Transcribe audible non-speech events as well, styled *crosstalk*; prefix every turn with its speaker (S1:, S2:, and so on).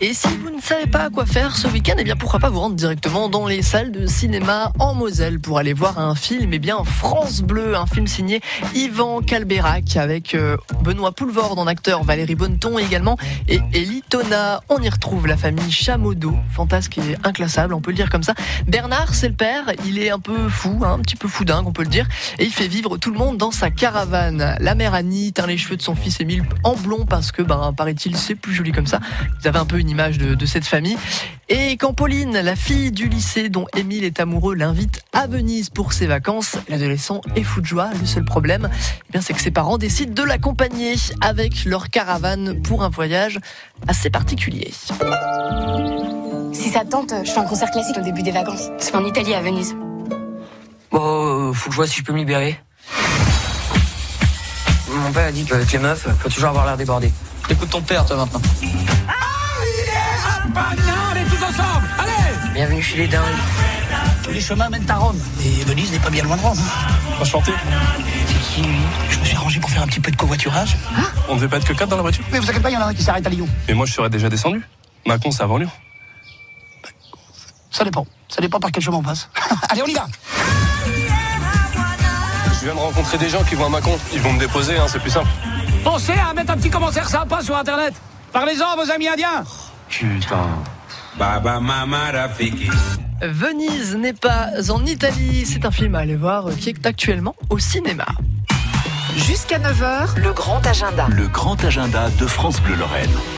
S1: Et si vous ne savez pas quoi faire ce week-end, eh bien pourquoi pas vous rendre directement dans les salles de cinéma en Moselle pour aller voir un film, eh bien France Bleu, un film signé Yvan Calbérac avec euh, Benoît Poulvord en acteur, Valérie Bonneton également et Elie Tona. On y retrouve la famille Chamodo, fantasque et inclassable, on peut le dire comme ça. Bernard, c'est le père, il est un peu fou, hein, un petit peu foudingue, on peut le dire, et il fait vivre tout le monde dans sa caravane. La mère Annie teint les cheveux de son fils Émile en blond parce que, ben, paraît-il, c'est plus joli comme ça. Vous avez un peu une image de, de, cette famille. Et quand Pauline, la fille du lycée dont Émile est amoureux, l'invite à Venise pour ses vacances, l'adolescent est fou de joie. Le seul problème, eh bien, c'est que ses parents décident de l'accompagner avec leur caravane pour un voyage assez particulier.
S2: Si ça te tente, je fais un concert classique au début des vacances. C'est en Italie, à Venise.
S3: Bon, euh, faut que je vois si je peux me libérer. Mon père a dit que les meufs, faut toujours avoir l'air débordé.
S4: Écoute ton père, toi, maintenant.
S3: Allez Bienvenue chez les dingues.
S4: Tous les chemins mènent à Rome. Et Venise n'est pas bien loin de Rome.
S5: Enchanté.
S4: C'est qui, lui Je me suis arrangé pour faire un petit peu de covoiturage.
S5: Hein On ne devait pas être que 4 dans la voiture.
S4: Mais vous inquiétez pas, il y en a un qui s'arrête à Lyon.
S5: Mais moi, je serais déjà descendu. Macon, c'est avant Lyon.
S4: Ça dépend. Ça dépend par quel chemin on passe. *laughs* Allez, on y va
S5: Je viens de rencontrer des gens qui vont à Macon. Ils vont me déposer, hein, c'est plus simple.
S6: Pensez à mettre un petit commentaire sympa sur Internet. Parlez-en à vos amis indiens.
S5: Putain. Baba Mama Rafiki.
S1: Venise n'est pas en Italie. C'est un film à aller voir qui est actuellement au cinéma.
S7: Jusqu'à 9h, le grand agenda.
S8: Le grand agenda de France Bleu Lorraine.